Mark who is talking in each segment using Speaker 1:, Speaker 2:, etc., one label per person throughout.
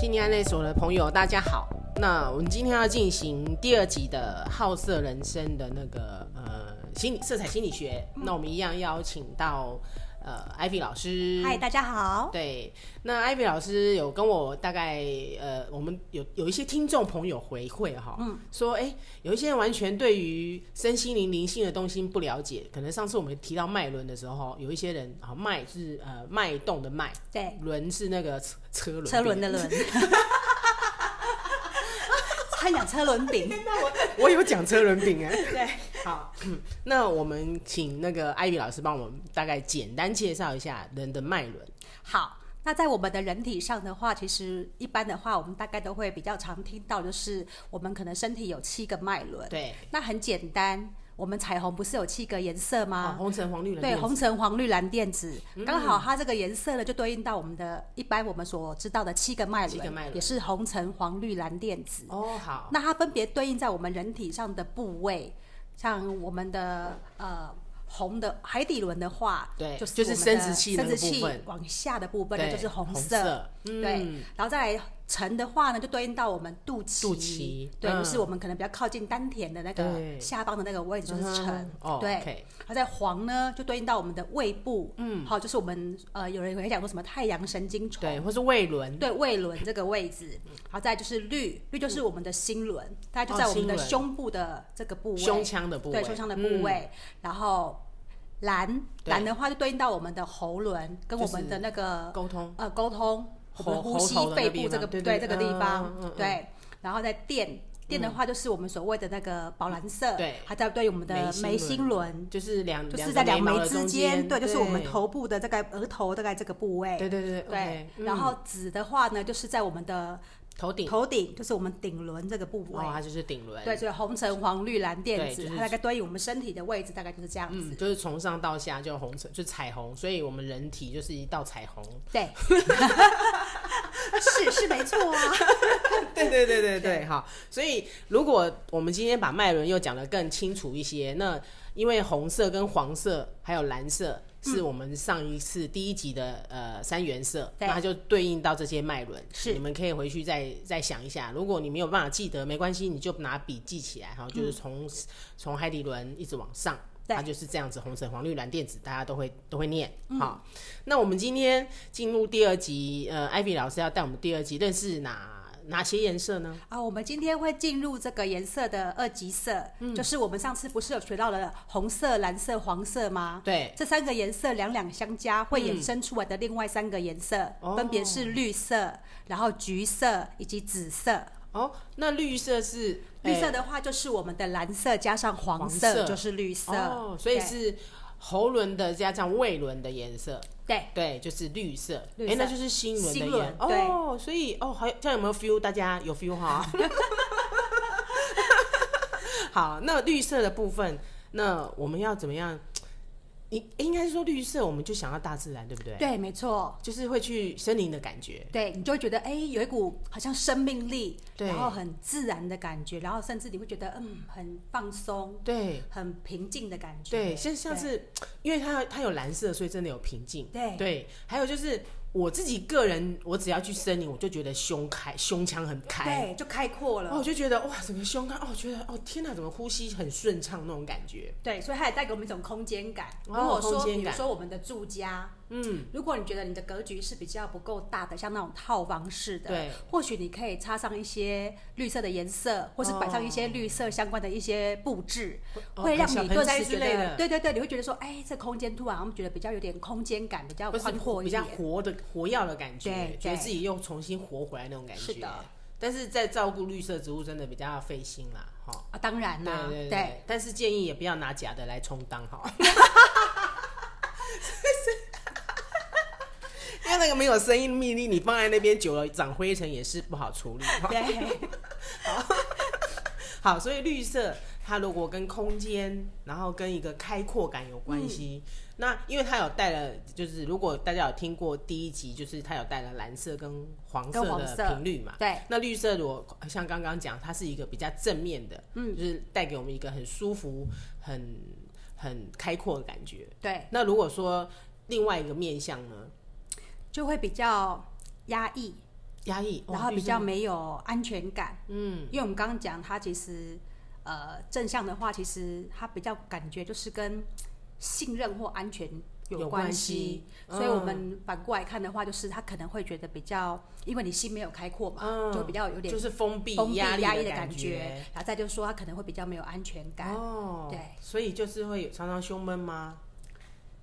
Speaker 1: 悉尼安内所的朋友，大家好。那我们今天要进行第二集的好色人生的那个呃心理色彩心理学。那我们一样邀请到呃艾比老师。
Speaker 2: 嗨，大家好。
Speaker 1: 对，那艾比老师有跟我大概呃，我们有有一些听众朋友回馈哈，嗯，说哎、诶有一些人完全对于身心灵灵性的东西不了解，可能上次我们提到脉轮的时候，有一些人啊，脉是呃脉动的脉，
Speaker 2: 对，
Speaker 1: 轮是那个车车轮，
Speaker 2: 哎车轮的轮， 他讲车轮饼，
Speaker 1: 我有讲车轮饼哎。
Speaker 2: 对，
Speaker 1: 好，那我们请那个艾比老师帮我们大概简单介绍一下人的脉轮。
Speaker 2: 好。那在我们的人体上的话，其实一般的话，我们大概都会比较常听到，就是我们可能身体有七个脉轮。
Speaker 1: 对，
Speaker 2: 那很简单，我们彩虹不是有七个颜色
Speaker 1: 啊，
Speaker 2: 吗？
Speaker 1: 红橙黄绿蓝靛
Speaker 2: 对，
Speaker 1: 紫嗯
Speaker 2: 红橙黄绿蓝靛紫，刚好它这个颜色呢，就对应到我们的一般我们所知道的七个脉
Speaker 1: 七个脉
Speaker 2: 轮，
Speaker 1: 轮
Speaker 2: 也是红橙黄绿蓝靛紫。
Speaker 1: 哦，好，
Speaker 2: 那它分别对应在我们人体上的部位，像我们的呃红的海底轮的话，
Speaker 1: 对
Speaker 2: 就
Speaker 1: 就是
Speaker 2: 是我们
Speaker 1: 生
Speaker 2: 的
Speaker 1: 殖器那
Speaker 2: 生
Speaker 1: 个
Speaker 2: 殖
Speaker 1: 部
Speaker 2: 器
Speaker 1: 分
Speaker 2: 往下的部分呢
Speaker 1: 对
Speaker 2: 就是红
Speaker 1: 色，
Speaker 2: 对
Speaker 1: 嗯，，
Speaker 2: 然后再来橙的话呢，就对应到我们肚脐，
Speaker 1: 肚脐
Speaker 2: 对，
Speaker 1: 嗯
Speaker 2: 就是我们可能比较靠近丹田的那
Speaker 1: 对
Speaker 2: 个下方的那个位置就是橙，
Speaker 1: 嗯哼哦
Speaker 2: 对。
Speaker 1: ，OK
Speaker 2: 然后在黄呢，就对应到我们的胃部，嗯，好，就是我们呃，有人会讲说什么太阳神经丛，
Speaker 1: 对，或是胃轮，
Speaker 2: 对胃轮这个位置，然后再就是绿，绿就是我们的心轮，大概就
Speaker 1: 嗯哦
Speaker 2: 在我们的
Speaker 1: 心轮
Speaker 2: 胸部的这个部位，
Speaker 1: 胸腔的部位，
Speaker 2: 对胸腔的部
Speaker 1: 嗯，
Speaker 2: 位，然后蓝
Speaker 1: 对
Speaker 2: 蓝的话就对应到我们的喉轮跟
Speaker 1: 就
Speaker 2: 我
Speaker 1: 是
Speaker 2: 们的那个
Speaker 1: 嗯沟通，
Speaker 2: 呃沟通，我
Speaker 1: 喉
Speaker 2: 们的呼吸
Speaker 1: 喉头的那
Speaker 2: 肺
Speaker 1: 地
Speaker 2: 部这
Speaker 1: 方
Speaker 2: 个
Speaker 1: 对
Speaker 2: 对
Speaker 1: 对
Speaker 2: 这个地
Speaker 1: 嗯嗯嗯嗯
Speaker 2: 方，对，然后再电电的话就是我们所谓的那个宝蓝色，
Speaker 1: 对
Speaker 2: 还在对我们的
Speaker 1: 眉
Speaker 2: 眉
Speaker 1: 心
Speaker 2: 心轮。
Speaker 1: 就是两，
Speaker 2: 就是
Speaker 1: 个
Speaker 2: 在两
Speaker 1: 眉毛
Speaker 2: 眉
Speaker 1: 的
Speaker 2: 之
Speaker 1: 中
Speaker 2: 间，对，就是我们
Speaker 1: 对，
Speaker 2: 头部的大概额头大概这个部位，
Speaker 1: 对对对
Speaker 2: 对
Speaker 1: OK，，
Speaker 2: 然
Speaker 1: 嗯
Speaker 2: 后紫的话呢，就是在我们的
Speaker 1: 头顶，
Speaker 2: 头顶，就是我们顶轮这个部位
Speaker 1: 哦，。它就是顶轮，
Speaker 2: 对，所以红橙黄绿蓝靛
Speaker 1: 对
Speaker 2: 紫，
Speaker 1: 就是
Speaker 2: 它大概对应我们身体的位置，大概就是这样
Speaker 1: 嗯，
Speaker 2: 子。
Speaker 1: 就是从上到下就红橙，就彩虹，所以我们人体就是一道彩虹，
Speaker 2: 对，是是没错啊。
Speaker 1: 对对对对对，好。所以如果我们今天把脉轮又讲得更清楚一些，那因为红色跟黄色还有蓝色是我们上一次第一集的呃三原色，
Speaker 2: 对
Speaker 1: 那它就对应到这些脉轮。
Speaker 2: 是
Speaker 1: 你们可以回去再再想一下。如果你没有办法记得，没关系，你就拿笔记起来哈，就是从从、海底轮一直往上。
Speaker 2: 嗯对
Speaker 1: 它就是这样子，红橙黄绿蓝靛紫，大家都会都会念。
Speaker 2: 嗯
Speaker 1: 好，那我们今天进入第二集，呃，艾比老师要带我们第二集认识哪哪些颜色呢？
Speaker 2: 啊，我们今天会进入这个颜色的二级色，
Speaker 1: 嗯
Speaker 2: 就是我们上次不是有学到了红色、蓝色、黄色吗？
Speaker 1: 对，嗯
Speaker 2: 这三个颜色两两相加，会衍生出来的另外三个颜色，
Speaker 1: 哦
Speaker 2: 分别是绿色、然后橘色以及紫色。
Speaker 1: 哦，那绿色是
Speaker 2: 绿色
Speaker 1: 哎
Speaker 2: 的话就是我们的蓝色加上黄
Speaker 1: 黄色
Speaker 2: 色就是绿色，
Speaker 1: 哦，所以
Speaker 2: 对
Speaker 1: 是喉轮的加上胃轮的颜色，
Speaker 2: 对
Speaker 1: 对，就是绿色。
Speaker 2: 绿
Speaker 1: 哎，那
Speaker 2: 色
Speaker 1: 就是心轮的
Speaker 2: 心
Speaker 1: 颜
Speaker 2: 轮对
Speaker 1: 哦，所以哦，还这样有没有 feel？大家有 feel 哈？好，那绿色的部分，那我们要怎么样？你应该是说绿色，我们就想要大自然，对不对？，
Speaker 2: 对，没错。
Speaker 1: 就是会去森林的感觉。
Speaker 2: 对，你就会觉得哎、有一股好像生命力，
Speaker 1: 对
Speaker 2: 然后很自然的感觉，然后甚至你会觉得嗯，很放松、
Speaker 1: 对，
Speaker 2: 很平静的感觉。
Speaker 1: 对，像像
Speaker 2: 对
Speaker 1: 是，因为它它有蓝色，所以真的有平静。
Speaker 2: 对
Speaker 1: 还有就是我自己个人，我只要去森林，我就觉得胸开，胸腔很开。
Speaker 2: 对，就开阔了。
Speaker 1: 哦，我就觉得哇，整个胸腔，哦，我觉得哦，天哪，怎么呼吸很顺畅那种感觉？
Speaker 2: 对，所以它也带给我们一种空间感。
Speaker 1: 哦
Speaker 2: 如果
Speaker 1: 空
Speaker 2: 说，
Speaker 1: 间
Speaker 2: 比如
Speaker 1: 感
Speaker 2: 说我们的住家，
Speaker 1: 嗯，
Speaker 2: 如果你觉得你的格局是比较不够大的，像那种套房式的，
Speaker 1: 对，
Speaker 2: 或许你可以插上一些绿色的颜色，或是摆上一些绿色相关的一些布置，
Speaker 1: 哦
Speaker 2: 会让
Speaker 1: 小
Speaker 2: 你
Speaker 1: 盆
Speaker 2: 顿
Speaker 1: 栽
Speaker 2: 时
Speaker 1: 之
Speaker 2: 觉
Speaker 1: 类
Speaker 2: 得，
Speaker 1: 的
Speaker 2: 对对对，你会觉得说，哎，这空间突然我们觉得比较有点空间感，比较
Speaker 1: 或是
Speaker 2: 宽阔
Speaker 1: 比
Speaker 2: 一
Speaker 1: 较
Speaker 2: 点，
Speaker 1: 活的活跃的感觉
Speaker 2: 对，
Speaker 1: 觉得
Speaker 2: 对
Speaker 1: 自己又重新活回来那种感觉。
Speaker 2: 是的。
Speaker 1: 但是在照顾绿色植物真的比较费心啦，哈。
Speaker 2: 啊，当然啦，
Speaker 1: 对对对，但是建议也不要拿假的来充当 哈，因为那个没有生意密力，你放在那边久了长灰尘也是不好处理。哈
Speaker 2: 对
Speaker 1: 好，所以绿色它如果跟空间，然后跟一个开阔感有关系，
Speaker 2: 嗯
Speaker 1: 那因为它有带了，就是如果大家有听过第一集，就是它有带了蓝色跟黄色
Speaker 2: 跟黄
Speaker 1: 的
Speaker 2: 色
Speaker 1: 频率嘛，
Speaker 2: 对
Speaker 1: 那绿色，我像刚刚讲，它是一个比较正面的，嗯，就是带给我们一个很舒服、很很开阔的感觉。
Speaker 2: 对，
Speaker 1: 那如果说另外一个面向呢，
Speaker 2: 就会比较压抑，
Speaker 1: 压抑，哦
Speaker 2: 然后比
Speaker 1: 抑郁
Speaker 2: 较
Speaker 1: 症
Speaker 2: 没有安全感。
Speaker 1: 嗯
Speaker 2: 因为我们刚刚讲，它其实呃正向的话，其实它比较感觉就是跟信任或安全有关系。所
Speaker 1: 嗯
Speaker 2: 以我们反过来看的话，就是他可能会觉得比较，因为你心没有开阔嘛，
Speaker 1: 嗯
Speaker 2: 就比较有点
Speaker 1: 就是封闭
Speaker 2: 封闭
Speaker 1: 压
Speaker 2: 压抑
Speaker 1: 的
Speaker 2: 的感
Speaker 1: 觉。
Speaker 2: 然后再就是说他可能会比较没有安全感。
Speaker 1: 哦，
Speaker 2: 对，
Speaker 1: 所以就是会有常常胸闷吗？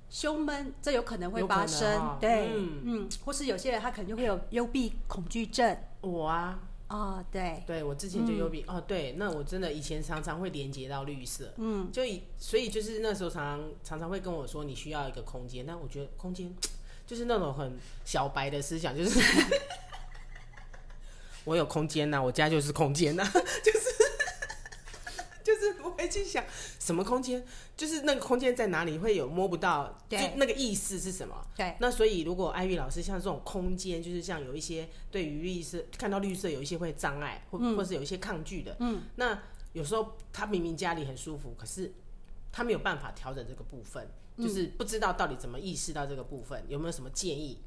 Speaker 2: 胸闷，这有可能会
Speaker 1: 有可能
Speaker 2: 发生，
Speaker 1: 哦
Speaker 2: 对，
Speaker 1: 嗯
Speaker 2: 嗯或是有些人他可能就会有幽闭恐惧症
Speaker 1: 我啊，
Speaker 2: 哦，对，
Speaker 1: 对我之
Speaker 2: 嗯
Speaker 1: 前就有比、哦，对，那我真的以前常常会连接到绿色，
Speaker 2: 嗯，
Speaker 1: 就以所以就是那时候常常常常会跟我说你需要一个空间，但我觉得空间就是那种很小白的思想，就是 我有空间呐、我家就是空间呐、就是 就是不会去想什么空间，就是那个空间在哪里会有摸不到，就
Speaker 2: 对
Speaker 1: 那个意思是什么？
Speaker 2: 对，
Speaker 1: 那所以，如果艾玉老师像这种空间，就是像有一些对于绿色看到绿色有一些会障碍，或、或是有一些抗拒的，嗯，那有时候他明明家里很舒服，可是他没有办法调整这个部分，就是不知道到底怎么意识到这个部分，有没有什么建议？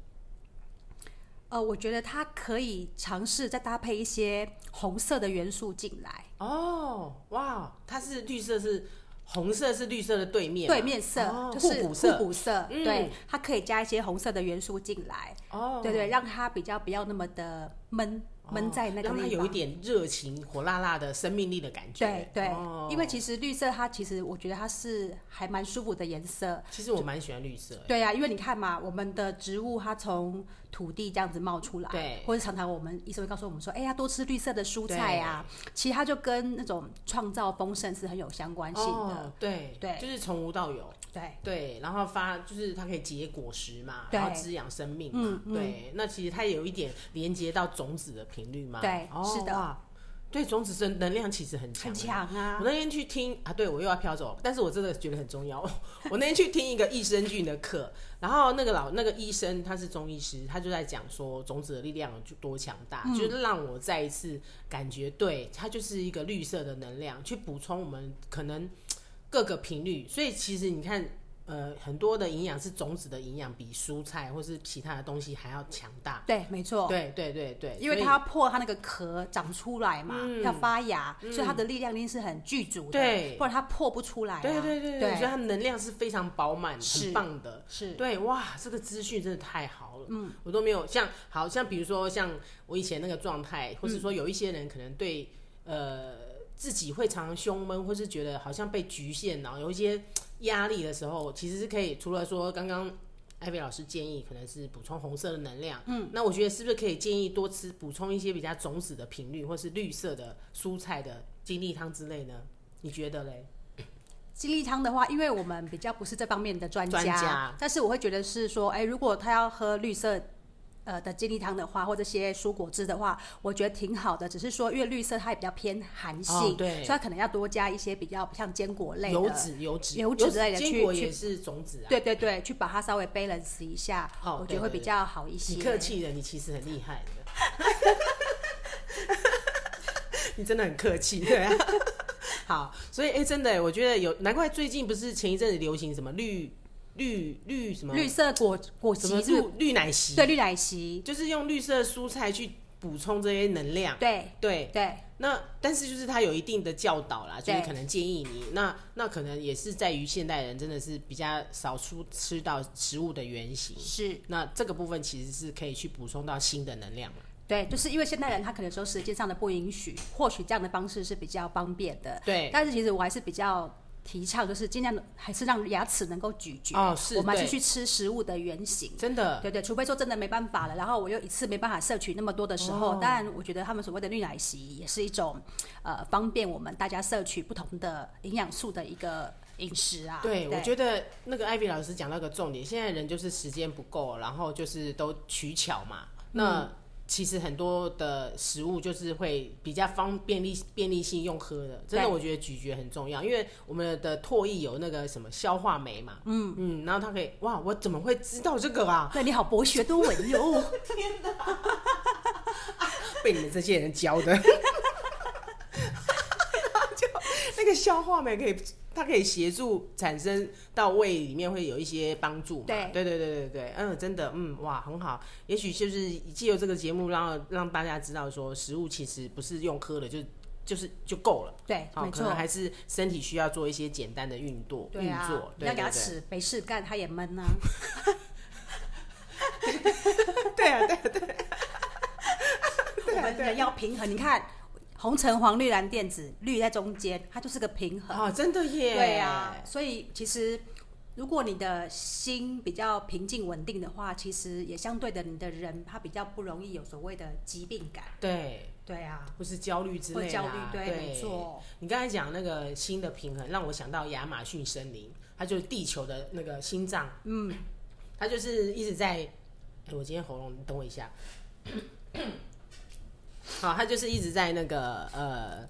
Speaker 2: 呃，我觉得他可以尝试再搭配一些红色的元素进来，
Speaker 1: 哦，哇，它是绿色是红色是绿色的对面嘛，
Speaker 2: 对面色、
Speaker 1: 哦
Speaker 2: 就是
Speaker 1: 互补色
Speaker 2: 色
Speaker 1: 嗯
Speaker 2: 对，它可以加一些红色的元素进来，
Speaker 1: 哦，
Speaker 2: 对对，让它比较不要那么的闷
Speaker 1: 哦
Speaker 2: 闷在那个
Speaker 1: 让他
Speaker 2: 地
Speaker 1: 有一
Speaker 2: 方。
Speaker 1: 点热情、火辣辣的生命力的感觉，
Speaker 2: 对对、
Speaker 1: 哦
Speaker 2: 因为其实绿色它其实我觉得它是还蛮舒服的颜色。
Speaker 1: 其实我蛮喜欢绿色，
Speaker 2: 对啊，因为你看嘛，我们的植物它从土地这样子冒出来，
Speaker 1: 对
Speaker 2: 或者常常我们医生会告诉我们说，哎呀，多吃绿色的蔬菜啊，其实它就跟那种创造丰盛是很有相关性的。
Speaker 1: 哦、对
Speaker 2: 对
Speaker 1: 就是从无到有，
Speaker 2: 对，
Speaker 1: 对，然后发就是它可以结果实嘛，
Speaker 2: 对
Speaker 1: 然后滋养生命嘛
Speaker 2: 嗯，嗯
Speaker 1: 对，那其实它也有一点连接到种子的频率嘛，
Speaker 2: 对
Speaker 1: 哦、
Speaker 2: 是的
Speaker 1: 哇，对，种子是能量其实很强，
Speaker 2: 很。强啊
Speaker 1: 我。那天去听啊，对我又要飘走，但是我真的觉得很重要。 我那天去听一个益生菌的课，然后那个老那个医生他是中医师，他就在讲说种子的力量就多强大，
Speaker 2: 嗯
Speaker 1: 就是让我再一次感觉对它就是一个绿色的能量，去补充我们可能各个频率。所以其实你看，呃，很多的营养是种子的营养比蔬菜或是其他的东西还要强大。
Speaker 2: 对，没错。
Speaker 1: 对对对对，
Speaker 2: 因为
Speaker 1: 所以
Speaker 2: 它要破它那个壳长出来嘛，
Speaker 1: 嗯
Speaker 2: 要发芽，所以它的力量一定是很具足的，
Speaker 1: 对
Speaker 2: 不然它破不出来、啊。
Speaker 1: 对对对对，
Speaker 2: 对
Speaker 1: 所以它能量是非常饱满、很
Speaker 2: 是
Speaker 1: 棒的。
Speaker 2: 是，
Speaker 1: 对，哇，这个资讯真的太好了，嗯，我都没有像好像比如说像我以前那个状态，或是
Speaker 2: 嗯
Speaker 1: 说有一些人可能对、呃自己会常常胸闷，或是觉得好像被局限，然后有一些压力的时候，其实是可以除了说刚刚。艾薇老师建议可能是补充红色的能量，嗯，那我觉得是不是可以建议多吃补充一些比较种子的频率，或是绿色的蔬菜的精力汤之类呢？你觉得嘞？
Speaker 2: 精力汤的话，因为我们比较不是这方面的专家，
Speaker 1: 专家
Speaker 2: 但是我会觉得是说，哎，如果他要喝绿色。呃的精力汤的话，或这些蔬果汁的话，我觉得挺好的。只是说，因为绿色它也比较偏寒性，
Speaker 1: 哦对
Speaker 2: 所以它可能要多加一些比较像坚果类的
Speaker 1: 油脂、油脂、
Speaker 2: 油脂之类的
Speaker 1: 坚
Speaker 2: 去
Speaker 1: 果
Speaker 2: 去
Speaker 1: 也是种子啊，
Speaker 2: 对对对，去把它稍微 balance 一下，
Speaker 1: 哦
Speaker 2: 我
Speaker 1: 对
Speaker 2: 觉得会
Speaker 1: 对
Speaker 2: 比较好一些。
Speaker 1: 你客气了，你其实很厉害的， 你真的很客气，对啊。 好，所以哎、诶真的耶，我觉得有难怪最近不是前一阵子流行什么绿绿绿什么
Speaker 2: 绿色果果
Speaker 1: 什
Speaker 2: 昔
Speaker 1: 么
Speaker 2: 是不是
Speaker 1: 绿绿奶昔，
Speaker 2: 对，绿奶昔，
Speaker 1: 就是用绿色蔬菜去补充这些能量。
Speaker 2: 对
Speaker 1: 对，
Speaker 2: 对
Speaker 1: 那但是就是它有一定的教导啦，就是
Speaker 2: 对
Speaker 1: 可能建议你，那那可能也是在于现代人真的是比较少出吃到食物的原型，
Speaker 2: 是，
Speaker 1: 那这个部分其实是可以去补充到新的能量嘛。
Speaker 2: 对，就是因为现代人他可能说时间上的不允许，或许这样的方式是比较方便的，
Speaker 1: 对，
Speaker 2: 但是其实我还是比较提倡，就是尽量还是让牙齿能够咀嚼，
Speaker 1: 哦是
Speaker 2: 我们还
Speaker 1: 对
Speaker 2: 是去吃食物的原型。
Speaker 1: 真的，
Speaker 2: 对对，除非说真的没办法了，然后我又一次没办法摄取那么多的时候，
Speaker 1: 哦
Speaker 2: 当然我觉得他们所谓的绿奶昔也是一种，呃，方便我们大家摄取不同的营养素的一个饮食啊。
Speaker 1: 对我
Speaker 2: 得
Speaker 1: 觉得那个艾比老师讲到一个重点，现在人就是时间不够，然后就是都取巧嘛。那、其实很多的食物就是会比较方便利便利性用喝的，真的
Speaker 2: 对
Speaker 1: 我觉得咀嚼很重要，因为我们的唾液有那个什么消化酶嘛，嗯嗯，然后它可以哇，我怎么会知道这个啊？
Speaker 2: 对你好博学多闻哟。
Speaker 1: 被你们这些人教的。就那个消化酶可以，它可以协助产生到胃里面会有一些帮助嘛。
Speaker 2: 对
Speaker 1: 对对对对对，嗯，真的，嗯，哇，很好。也许就是借由这个节目让让大家知道说，食物其实不是用磕的，就就是就够了。
Speaker 2: 对，
Speaker 1: 好、
Speaker 2: 没
Speaker 1: 可能
Speaker 2: 错，
Speaker 1: 还是身体需要做一些简单的运动
Speaker 2: 对
Speaker 1: 运
Speaker 2: 啊
Speaker 1: 作，，
Speaker 2: 你
Speaker 1: 对
Speaker 2: 要给他
Speaker 1: 对对。
Speaker 2: 吃，没事干他也闷啊。
Speaker 1: 对啊，对啊，
Speaker 2: 我们人要平衡，你看红橙黄绿蓝靛紫，绿在中间，它就是个平衡。
Speaker 1: 哦，真的耶。
Speaker 2: 对啊，所以其实如果你的心比较平静稳定的话，其实也相对的，你的人他比较不容易有所谓的疾病感。
Speaker 1: 对，
Speaker 2: 对啊，
Speaker 1: 或是焦虑之
Speaker 2: 或
Speaker 1: 类的
Speaker 2: 焦虑
Speaker 1: 啊，，
Speaker 2: 对，没错，
Speaker 1: 你刚才讲那个新的平衡，让我想到亚马逊森林，它就是地球的那个心脏，嗯，它就是一直在。哎我今天喉咙，你等我一下。好，它就是一直在那个呃，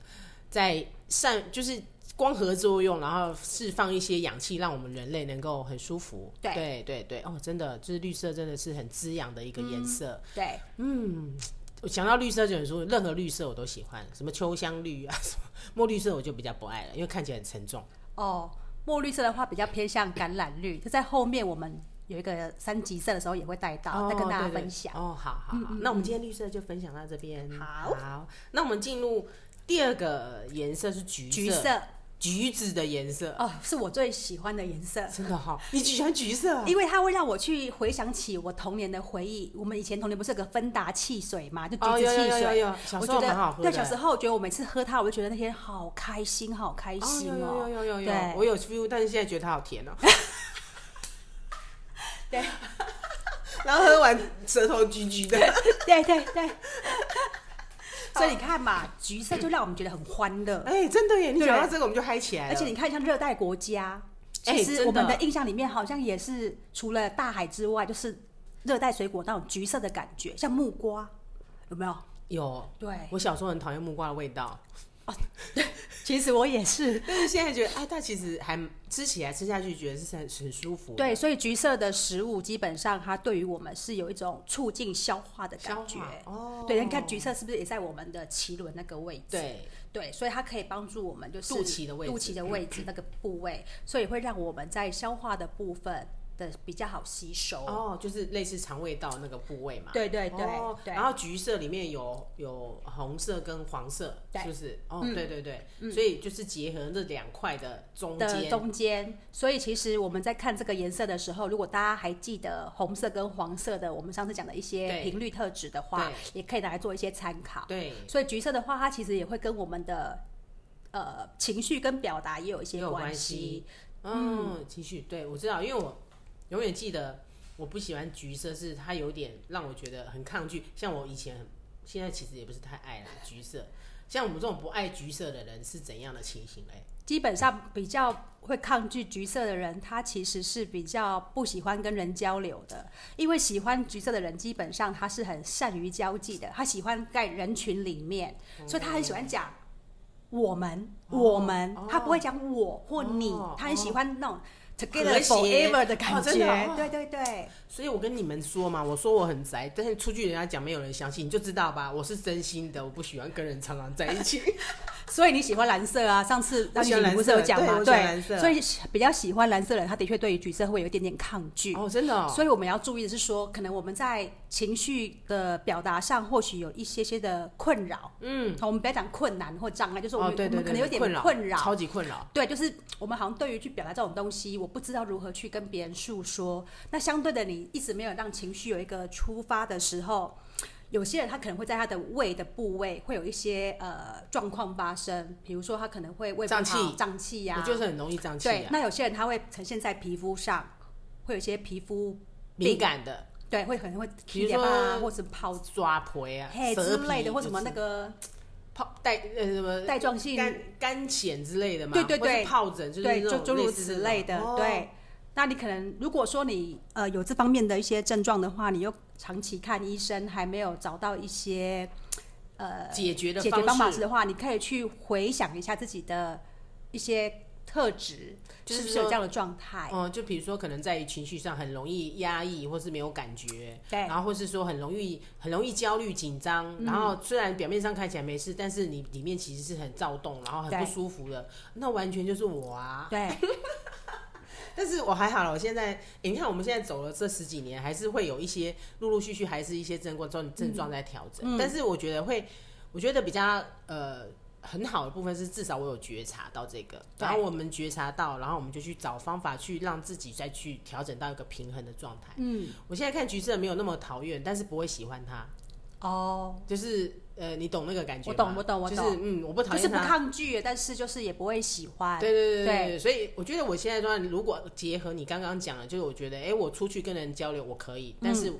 Speaker 1: 在散，就是光合作用，然后释放一些氧气，让我们人类能够很舒服。
Speaker 2: 对
Speaker 1: 对对对哦，真的，就是绿色真的是很滋养的一个颜色。
Speaker 2: 对，
Speaker 1: 嗯我想到绿色就很舒服，任何绿色我都喜欢，什么秋香绿啊，什么墨绿色我就比较不爱了，因为看起来很沉重。
Speaker 2: 哦，墨绿色的话比较偏向橄榄绿，就在后面我们有一个三级色的时候也会带到，再跟大家
Speaker 1: 对对
Speaker 2: 分享。嗯
Speaker 1: 哦，好好好，那我们今天绿色就分享到这边。
Speaker 2: 好
Speaker 1: 那我们进入第二个颜色是橘
Speaker 2: 橘
Speaker 1: 色，
Speaker 2: 色
Speaker 1: 橘子的颜色，
Speaker 2: 哦，是我最喜欢的颜色。
Speaker 1: 真的哈、你喜欢橘色啊？
Speaker 2: 因为它会让我去回想起我童年的回忆。我们以前童年不是有个芬达汽水嘛，就橘
Speaker 1: 哦，
Speaker 2: 子
Speaker 1: 有有
Speaker 2: 汽
Speaker 1: 有有
Speaker 2: 水。
Speaker 1: 有，小
Speaker 2: 我
Speaker 1: 时
Speaker 2: 觉
Speaker 1: 候蛮好
Speaker 2: 得
Speaker 1: 喝的。
Speaker 2: 对，小时候觉得我每次喝它，我就觉得那天好开心，好开
Speaker 1: 哦，
Speaker 2: 心
Speaker 1: 有有有
Speaker 2: 哦。
Speaker 1: 有有有
Speaker 2: 对，
Speaker 1: 我有 feel，但是现在觉得它好甜哦。
Speaker 2: 对，
Speaker 1: 然后喝完舌头橘橘 的。
Speaker 2: 对对对。 所以你看嘛，橘色就让我们觉得很欢乐，
Speaker 1: 哎、真的耶！你
Speaker 2: 对
Speaker 1: 讲到这个，我们就嗨起来了。
Speaker 2: 而且你看像热带国家，
Speaker 1: 哎
Speaker 2: 其
Speaker 1: 真的
Speaker 2: 实我们的印象里面好像也是除了大海之外，就是热带水果那种橘色的感觉，像木瓜，有没有？
Speaker 1: 有，
Speaker 2: 对，
Speaker 1: 我小时候很讨厌木瓜的味道，
Speaker 2: 其实我也是。
Speaker 1: 但是现在觉得，哎，它其实还吃起来吃下去，觉得是很很舒服的。
Speaker 2: 对，所以橘色的食物基本上它对于我们是有一种促进消化的
Speaker 1: 消
Speaker 2: 感觉。
Speaker 1: 化哦，
Speaker 2: 对，你看橘色是不是也在我们的脐轮那个位置？
Speaker 1: 对
Speaker 2: 对，所以它可以帮助我们就是
Speaker 1: 肚脐的位置嗯
Speaker 2: 肚脐的位置那个部位，所以会让我们在消化的部分的比较好吸收。
Speaker 1: 哦，就是类似肠胃道那个部位嘛。
Speaker 2: 对对对、
Speaker 1: 哦
Speaker 2: 对
Speaker 1: 然后橘色里面有有红色跟黄色，
Speaker 2: 对
Speaker 1: 是不是？哦，对对对，所以就是结合这两块的中
Speaker 2: 的
Speaker 1: 间。
Speaker 2: 中间，所以其实我们在看这个颜色的时候，如果大家还记得红色跟黄色的，我们上次讲的一些
Speaker 1: 对
Speaker 2: 频率特质的话
Speaker 1: 对，
Speaker 2: 也可以拿来做一些参考。
Speaker 1: 对，
Speaker 2: 所以橘色的话，它其实也会跟我们的呃情绪跟表达也有一
Speaker 1: 也
Speaker 2: 些
Speaker 1: 有关
Speaker 2: 系。
Speaker 1: 嗯，情绪对我知道，因为我永远记得我不喜欢橘色，是它有点让我觉得很抗拒。像我以前很，现在其实也不是太爱了橘色。像我们这种不爱橘色的人是怎样的情形嘞？
Speaker 2: 基本上比较会抗拒橘色的人，他其实是比较不喜欢跟人交流的，因为喜欢橘色的人，基本上他是很善于交际的，他喜欢在人群里面，所以他很喜欢讲。我们，
Speaker 1: 哦
Speaker 2: 我们，
Speaker 1: 哦
Speaker 2: 他不会讲我或你，
Speaker 1: 哦
Speaker 2: 他很喜欢那种 together
Speaker 1: 和谐
Speaker 2: forever 的
Speaker 1: 哦
Speaker 2: 感
Speaker 1: 真
Speaker 2: 觉，
Speaker 1: 的哦
Speaker 2: 对对对。
Speaker 1: 所以我跟你们说嘛，我说我很宅，但是出去人家讲没有人相信，你就知道吧，我是真心的，我不喜欢跟人常常在一起。
Speaker 2: 所以你喜欢蓝色啊？上次
Speaker 1: 我
Speaker 2: 那
Speaker 1: 喜欢蓝色
Speaker 2: 你不是有讲
Speaker 1: 对我
Speaker 2: 吗？
Speaker 1: 喜欢蓝色
Speaker 2: 所以比较喜欢蓝色的人，他的确对于橘色会有一点点抗拒。
Speaker 1: 哦，真的、哦，
Speaker 2: 所以我们要注意的是说，可能我们在情绪的表达上，或许有一些些的困扰。
Speaker 1: 嗯，
Speaker 2: 好，我们不要讲困难或障碍，就是我
Speaker 1: 哦
Speaker 2: 们、
Speaker 1: 对对
Speaker 2: 我们可
Speaker 1: 对，
Speaker 2: 能有点
Speaker 1: 困扰，
Speaker 2: 困扰。
Speaker 1: 超级困扰。
Speaker 2: 对，就是我们好像对于去表达这种东西，我不知道如何去跟别人诉说。那相对的，你一直没有让情绪有一个出发的时候，有些人呃他可能会在他的胃的部位会有一些呃状况发生，比如说他可能会胃不
Speaker 1: 胀
Speaker 2: 好
Speaker 1: 气
Speaker 2: 胀气呀、
Speaker 1: 我就是很容易胀气
Speaker 2: 对。
Speaker 1: 啊，
Speaker 2: 那有些人他会呈现在皮肤上，会有一些皮肤
Speaker 1: 敏感的
Speaker 2: 对，会可能会
Speaker 1: 比如
Speaker 2: 皮脸啊，
Speaker 1: 说
Speaker 2: 或是疱疹
Speaker 1: 抓婆啊，
Speaker 2: 嘿
Speaker 1: 蛇
Speaker 2: 之类的，
Speaker 1: 皮
Speaker 2: 或什
Speaker 1: 就
Speaker 2: 么
Speaker 1: 是
Speaker 2: 那个
Speaker 1: 泡带呃什么
Speaker 2: 带状性
Speaker 1: 干干癣之类的嘛，
Speaker 2: 对对
Speaker 1: 或是
Speaker 2: 对
Speaker 1: 疱疹就是
Speaker 2: 对，
Speaker 1: 那
Speaker 2: 就
Speaker 1: 种
Speaker 2: 诸如
Speaker 1: 类似
Speaker 2: 此
Speaker 1: 这
Speaker 2: 类
Speaker 1: 种
Speaker 2: 的，
Speaker 1: 哦
Speaker 2: 对。那你可能如果说你呃有这方面的一些症状的话，你又长期看医生，还没有找到一些呃
Speaker 1: 解决的
Speaker 2: 解决方法
Speaker 1: 方
Speaker 2: 式的话，你可以去回想一下自己的一些特质，就是不是有这样的状态？
Speaker 1: 嗯，就比如说可能在情绪上很容易压抑，或是没有感觉，
Speaker 2: 对嗯
Speaker 1: 然后或是说很容易很容易焦虑紧张，然后虽然表面上看起来没事，但是你里面其实是很躁动，然后很
Speaker 2: 对
Speaker 1: 不舒服的，那完全就是我啊。
Speaker 2: 对，
Speaker 1: 但是我还好了，我现在，诶你看我们现在走了这十几年，还是会有一些陆陆续续还是一些症状症症状在调整，
Speaker 2: 嗯
Speaker 1: 但是我觉得会，我觉得比较呃。很好的部分是，至少我有觉察到这个，
Speaker 2: 对
Speaker 1: 然后我们觉察到，然后我们就去找方法去让自己再去调整到一个平衡的状态。
Speaker 2: 嗯，
Speaker 1: 我现在看橘色没有那么讨厌，但是不会喜欢它，
Speaker 2: 哦，
Speaker 1: 就是呃，你懂那个感觉吗？
Speaker 2: 我懂我懂我
Speaker 1: 就是
Speaker 2: 懂
Speaker 1: 嗯，我不讨
Speaker 2: 就是
Speaker 1: 厌
Speaker 2: 不
Speaker 1: 它，
Speaker 2: 抗拒，但是就是也不会喜欢。
Speaker 1: 对对对对
Speaker 2: 对
Speaker 1: 对，所以我觉得我现在状态，如果结合你刚刚讲的，就是我觉得，哎、我出去跟人交流我可以，但是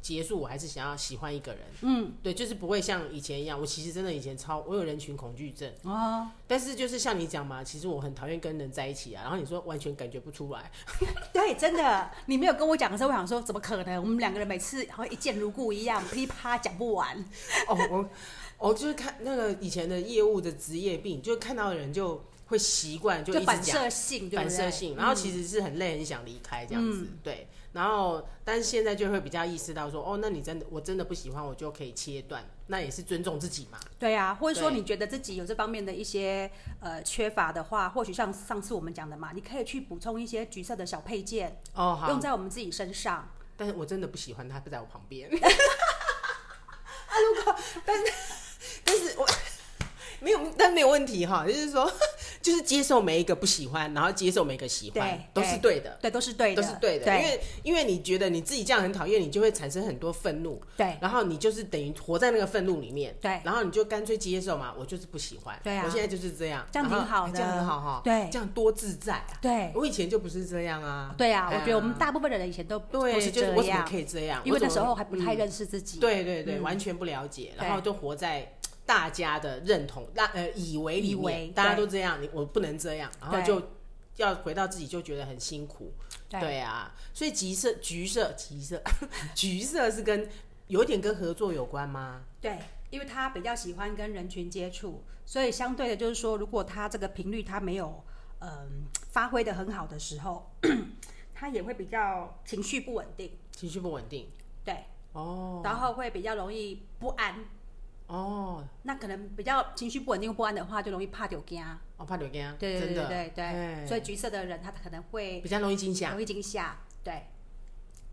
Speaker 1: 结束我还是想要喜欢一个人，
Speaker 2: 嗯，
Speaker 1: 对，就是不会像以前一样。我其实真的以前超，我有人群恐惧症，
Speaker 2: 哦，
Speaker 1: 但是就是像你讲嘛，其实我很讨厌跟人在一起啊。然后你说完全感觉不出来，
Speaker 2: 对，真的，你没有跟我讲的时候，我想说怎么可能？我们两个人每次好像一见如故一样，噼啪讲不完。
Speaker 1: 哦，我我就是看那个以前的业务的职业病，就看到的人就会习惯就一
Speaker 2: 就
Speaker 1: 直
Speaker 2: 反
Speaker 1: 讲。
Speaker 2: 射性，对不
Speaker 1: 反
Speaker 2: 嗯对？
Speaker 1: 射性，然后其实是很累，很想离开这样子，对。然后，但是现在就会比较意识到说，哦，那你真的我真的不喜欢，我就可以切断，那也是尊重自己嘛。
Speaker 2: 对啊，或者说
Speaker 1: 对
Speaker 2: 你觉得自己有这方面的一些呃缺乏的话，或许像上次我们讲的嘛，你可以去补充一些橘色的小配件，
Speaker 1: 哦，
Speaker 2: 用
Speaker 1: 好，
Speaker 2: 在我们自己身上。
Speaker 1: 但是我真的不喜欢他不在我旁 边。啊，啊如果但是但是我没有，但没有问题哈，就是说，就是接受每一个不喜欢，然后接受每一个喜欢
Speaker 2: 对，
Speaker 1: 都是对的。
Speaker 2: 对，都是对的，
Speaker 1: 都是对的，因
Speaker 2: 对
Speaker 1: 为因为你觉得你自己这样很讨厌，你就会产生很多愤怒，
Speaker 2: 对
Speaker 1: 然后你就是等于活在那个愤怒里面，
Speaker 2: 对
Speaker 1: 然后你就干脆接受嘛，我就是不喜欢，
Speaker 2: 哎对啊
Speaker 1: 我现在就是这样，
Speaker 2: 这样挺好
Speaker 1: 然
Speaker 2: 的
Speaker 1: 后这样很好哈，
Speaker 2: 对
Speaker 1: 这样多自在啊。
Speaker 2: 对
Speaker 1: 我以前就不是这样啊，
Speaker 2: 对啊！
Speaker 1: 哎呀
Speaker 2: 我觉得我们大部分人以前都都
Speaker 1: 对，
Speaker 2: 是
Speaker 1: 就
Speaker 2: 这
Speaker 1: 是我怎么
Speaker 2: 样
Speaker 1: 可，以这样？
Speaker 2: 因为
Speaker 1: 我
Speaker 2: 那
Speaker 1: 怎
Speaker 2: 时
Speaker 1: 么
Speaker 2: 候还不太
Speaker 1: 嗯
Speaker 2: 认识嗯自己。
Speaker 1: 对对对，完全不了解，然后就活在大家的认同、那呃以为里
Speaker 2: 以为
Speaker 1: 面，大家
Speaker 2: 对
Speaker 1: 都这样，你我不能这样，然后
Speaker 2: 对
Speaker 1: 就要回到自己就觉得很辛苦。
Speaker 2: 对
Speaker 1: 对啊，所以橘色、橘色、橘 色、橘色是跟有一点跟合作有关吗？
Speaker 2: 对，因为他比较喜欢跟人群接触，所以相对的，就是说，如果他这个频率他没有嗯、发挥的很好的时候， 他也会比较情绪不稳定，
Speaker 1: 情绪不稳定。
Speaker 2: 对，
Speaker 1: 哦
Speaker 2: 然后会比较容易不安。
Speaker 1: 哦，
Speaker 2: 那可能比较情绪不稳定、不安的话，就容易怕丢惊。
Speaker 1: 我哦怕流干，
Speaker 2: 对
Speaker 1: 真
Speaker 2: 对对
Speaker 1: 的
Speaker 2: 对对，
Speaker 1: 哎
Speaker 2: 所以橘色的人他可能会
Speaker 1: 比较容易惊吓。
Speaker 2: 容易惊吓。对，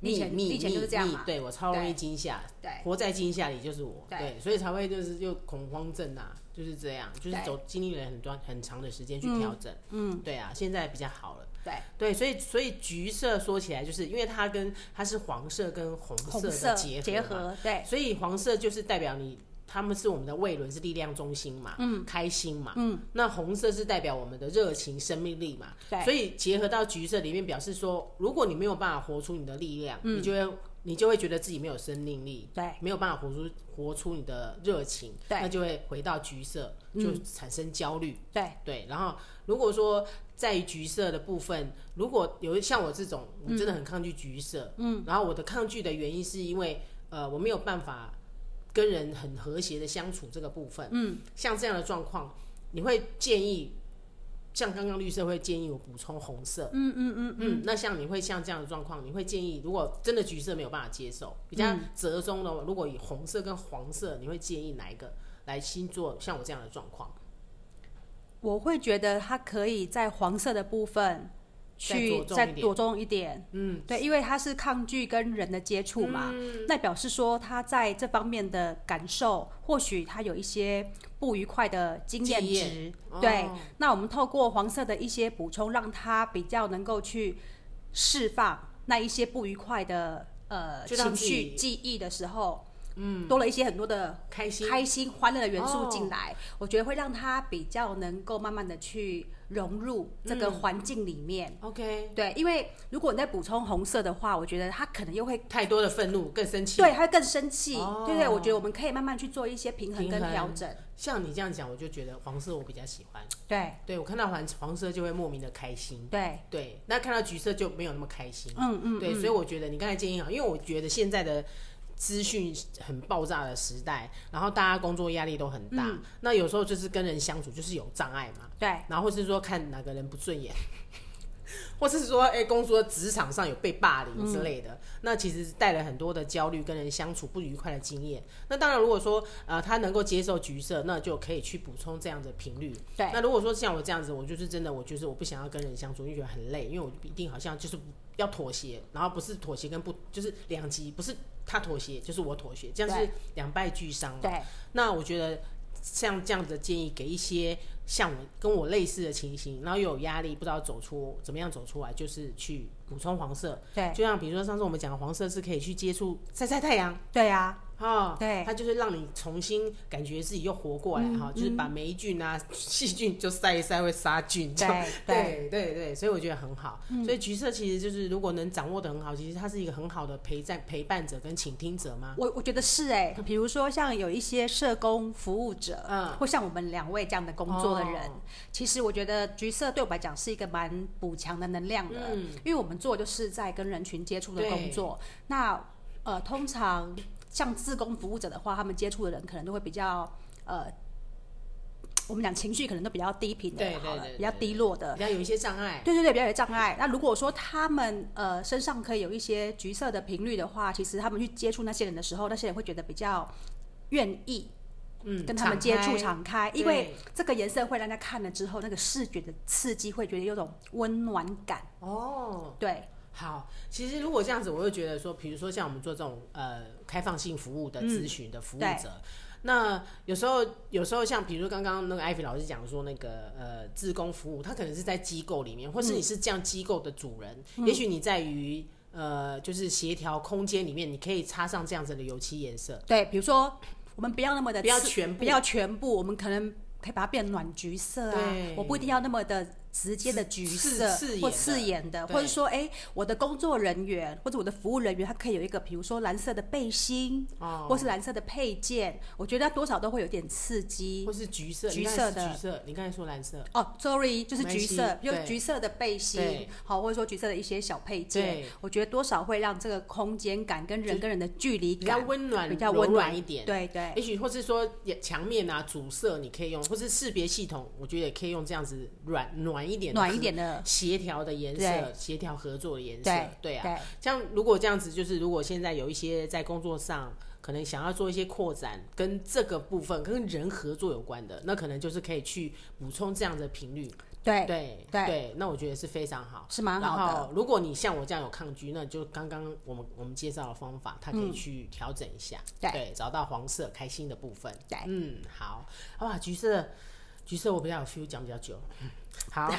Speaker 2: 你以
Speaker 1: 你
Speaker 2: 前你以前就是这样嘛
Speaker 1: 对我超容易
Speaker 2: 对
Speaker 1: 惊吓，
Speaker 2: 对
Speaker 1: 活在惊吓里就是我，
Speaker 2: 对
Speaker 1: 对，所以才会就是又恐慌症啊，就是这样，就是
Speaker 2: 对
Speaker 1: 走经历了很多很长的时间去调整，
Speaker 2: 嗯，
Speaker 1: 对啊，现在比较好了，
Speaker 2: 对
Speaker 1: 对，所以所以橘色说起来，就是因为它跟它是黄色跟红
Speaker 2: 红
Speaker 1: 色的结合嘛
Speaker 2: 结合，对
Speaker 1: 哎所以黄色就是代表你。他们是我们的胃轮，是力量中心嘛，嗯，开心嘛，嗯，那红色是代表我们的热情、生命力嘛，
Speaker 2: 对
Speaker 1: 所以结合到橘色里面，表示说，如果你没有办法活出你的力量，你就会你就会觉得自己没有生命力，
Speaker 2: 嗯对
Speaker 1: 没有办法活出活出你的热情，
Speaker 2: 对嗯
Speaker 1: 那就会回到橘色，就产生焦虑，
Speaker 2: 对
Speaker 1: 对，然后如果说在于橘色的部分，如果有像我这种，我真的很抗拒橘色，嗯，然后我的抗拒的原因是因为呃我没有办法跟人很和谐的相处这个部分，嗯，像这样的状况，你会建议像刚刚绿色会建议我补充红色，嗯嗯嗯嗯，那像你会像这样的状况，你会建议如果真的橘色没有办法接受，比较折中的，如果以红色跟黄色，你会建议哪一个来新做像我这样的状况？
Speaker 2: 我会觉得它可以在黄色的部分去
Speaker 1: 再
Speaker 2: 再
Speaker 1: 着
Speaker 2: 着重一点，
Speaker 1: 嗯，
Speaker 2: 对，因为它是抗拒跟人的接触嘛，那表示说他在这方面的感受，或许他有一些不愉快的经验
Speaker 1: 经验
Speaker 2: 值，
Speaker 1: 哦
Speaker 2: 对，那我们透过黄色的一些补充，让他比较能够去释放那一些不愉快的呃
Speaker 1: 就让
Speaker 2: 情
Speaker 1: 自
Speaker 2: 绪
Speaker 1: 己
Speaker 2: 记忆的时候，嗯，多了一些很多的
Speaker 1: 开心，
Speaker 2: 开心、欢乐的元素
Speaker 1: 哦
Speaker 2: 进来，我觉得会让他比较能够慢慢的去融入这个环境里面。
Speaker 1: OK，
Speaker 2: 对，因为如果你再补充红色的话，我觉得他可能又会
Speaker 1: 太多的愤怒更生气。
Speaker 2: 对，他会更生气。
Speaker 1: 哦
Speaker 2: 对对，我觉得我们可以慢慢去做一些平衡
Speaker 1: 平
Speaker 2: 跟
Speaker 1: 衡
Speaker 2: 调整。
Speaker 1: 像你这样讲，我就觉得黄色我比较喜欢。
Speaker 2: 对
Speaker 1: 对我看到黄黄色就会莫名的开心，
Speaker 2: 对，
Speaker 1: 对，那看到橘色就没有那么开心。
Speaker 2: 嗯嗯，
Speaker 1: 对，所以我觉得你刚才建议好，因为我觉得现在的资讯很爆炸的时代，然后大家工作压力都很大，
Speaker 2: 嗯
Speaker 1: 那有时候就是跟人相处就是有障碍嘛，
Speaker 2: 对，
Speaker 1: 然后或是说看哪个人不顺眼， 或是说哎、工作职场上有被霸凌之类的，那其实带了很多的焦虑跟人相处不愉快的经验。那当然，如果说呃他能够接受橘色，那就可以去补充这样的频率。
Speaker 2: 对
Speaker 1: 那如果说像我这样子，我就是真的，我就是我不想要跟人相处，因为觉得很累，因为我一定好像就是不要妥协，然后不是妥协跟不就是两极，不是他妥协就是我妥协，这样是两败俱伤嘛。
Speaker 2: 对，
Speaker 1: 那我觉得像这样子的建议，给一些像我跟我类似的情形，然后又有压力，不知道走出怎么样走出来，就是去补充黄色。
Speaker 2: 对，
Speaker 1: 就像比如说上次我们讲的黄色是可以去接触晒晒太阳。
Speaker 2: 对啊，
Speaker 1: 哈、
Speaker 2: 对嗯
Speaker 1: 它就是让你重新感觉自己又活过来哈、就是把霉菌啊、 细菌就晒一晒，会杀菌，这样
Speaker 2: 对对嗯
Speaker 1: 对对对，所以我觉得很好。所以橘色其实就是如果能掌握的很好，其实它是一个很好的陪在陪伴者跟倾听者嘛。
Speaker 2: 我我觉得是哎、比如说像有一些社工服务者，
Speaker 1: 嗯
Speaker 2: 或像我们两位这样的工作的人，
Speaker 1: 哦
Speaker 2: 其实我觉得橘色对我来讲是一个蛮补强的能量的，
Speaker 1: 嗯
Speaker 2: 因为我们做就是在跟人群接触的
Speaker 1: 对
Speaker 2: 工作，那呃，通常像自工服务者的话，他们接触的人可能都会比较呃。我们讲情绪可能都比较低频的，
Speaker 1: 对对
Speaker 2: 好了
Speaker 1: 对对
Speaker 2: 比较低落的，
Speaker 1: 比较有一些障碍，
Speaker 2: 对对对，比较有障碍。那如果说他们呃身上可以有一些橘色的频率的话，其实他们去接触那些人的时候，那些人会觉得比较愿意
Speaker 1: 嗯，
Speaker 2: 跟他们接触、
Speaker 1: 敞
Speaker 2: 敞开，
Speaker 1: 开
Speaker 2: 因为
Speaker 1: 对
Speaker 2: 这个颜色会让他看了之后，那个视觉的刺激会觉得有种温暖感。
Speaker 1: 哦，
Speaker 2: 对，
Speaker 1: 好，其实如果这样子，我又觉得说，比如说像我们做这种呃开放性服务的咨询的服务
Speaker 2: 嗯对
Speaker 1: 者，那有时候有时候像比如刚刚那个艾菲老师讲说那个呃志工服务，他可能是在机构里面，或是
Speaker 2: 嗯
Speaker 1: 你是这样机构的主人，也许你在于呃就是协调空间里面，你可以插上这样子的油漆颜色，
Speaker 2: 对，比如说我们不要那么的
Speaker 1: 不要
Speaker 2: 刺
Speaker 1: 全部
Speaker 2: 不要全部，我们可能。可以把它变暖橘色啊
Speaker 1: 对，
Speaker 2: 我不一定要那么的直接的橘色
Speaker 1: 刺刺眼的
Speaker 2: 或刺眼的，
Speaker 1: 对
Speaker 2: 或者说，哎、我的工作人员或者我的服务人员，他可以有一个，比如说蓝色的背心，
Speaker 1: 哦
Speaker 2: 或是蓝色的配件，我觉得它多少都会有点刺激
Speaker 1: 或。是橘色，
Speaker 2: 橘
Speaker 1: 你刚才
Speaker 2: 色
Speaker 1: 是
Speaker 2: 的
Speaker 1: 橘色，你刚才说蓝色，
Speaker 2: 哦，sorry，就是
Speaker 1: 没关
Speaker 2: 橘
Speaker 1: 系
Speaker 2: 色，就
Speaker 1: 对
Speaker 2: 是橘色的背心
Speaker 1: 对，
Speaker 2: 好，或者说橘色的一些小配件
Speaker 1: 对，
Speaker 2: 我觉得多少会让这个空间感跟人跟人的距离
Speaker 1: 比较
Speaker 2: 感
Speaker 1: 温暖，
Speaker 2: 比较
Speaker 1: 柔
Speaker 2: 温
Speaker 1: 软
Speaker 2: 暖
Speaker 1: 一点，
Speaker 2: 对对，
Speaker 1: 也许或是说也墙面啊、主色你可以用，或是识别系统，我觉得也可以用这样子软暖一点、
Speaker 2: 暖一点的
Speaker 1: 和、协调的颜色、
Speaker 2: 对
Speaker 1: 协调合作的颜色
Speaker 2: 对，
Speaker 1: 对啊。
Speaker 2: 对
Speaker 1: 像如果这样子，就是如果现在有一些在工作上可能想要做一些扩展，跟这个部分跟人合作有关的，那可能就是可以去补充这样的频率，
Speaker 2: 对
Speaker 1: 对
Speaker 2: 对
Speaker 1: 那我觉得是非常好。
Speaker 2: 是蛮好
Speaker 1: 然
Speaker 2: 的。
Speaker 1: 后，如果你像我这样有抗拒，那你就刚刚我们我们介绍的方法，它可以去调整一下，
Speaker 2: 对
Speaker 1: 找到黄色开心的部分。
Speaker 2: 对
Speaker 1: 嗯，好，哇，橘色，橘色我比较有 feel，讲比较久。好，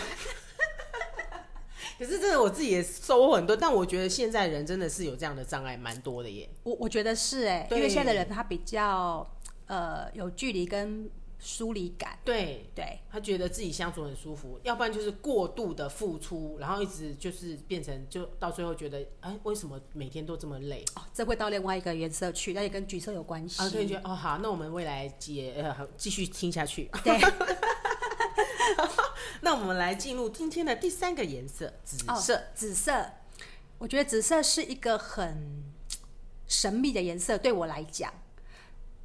Speaker 1: 可是这个我自己也收获很多，但我觉得现在人真的是有这样的障碍蛮多的耶。
Speaker 2: 我我觉得是哎、
Speaker 1: 对
Speaker 2: 因为现在的人他比较呃有距离跟疏离感，
Speaker 1: 对。
Speaker 2: 对
Speaker 1: 他觉得自己相处很舒服，要不然就是过度的付出，然后一直就是变成就到最后觉得，哎，为什么每天都这么累？
Speaker 2: 哦，这会到另外一个颜色去，那也跟橘色有关系。
Speaker 1: 啊，所以觉得哦好，那我们未来也呃好继续听下去。
Speaker 2: 对
Speaker 1: 那我们来进入今天的第三个颜色，紫色。
Speaker 2: 哦，紫色，我觉得紫色是一个很神秘的颜色，对我来讲，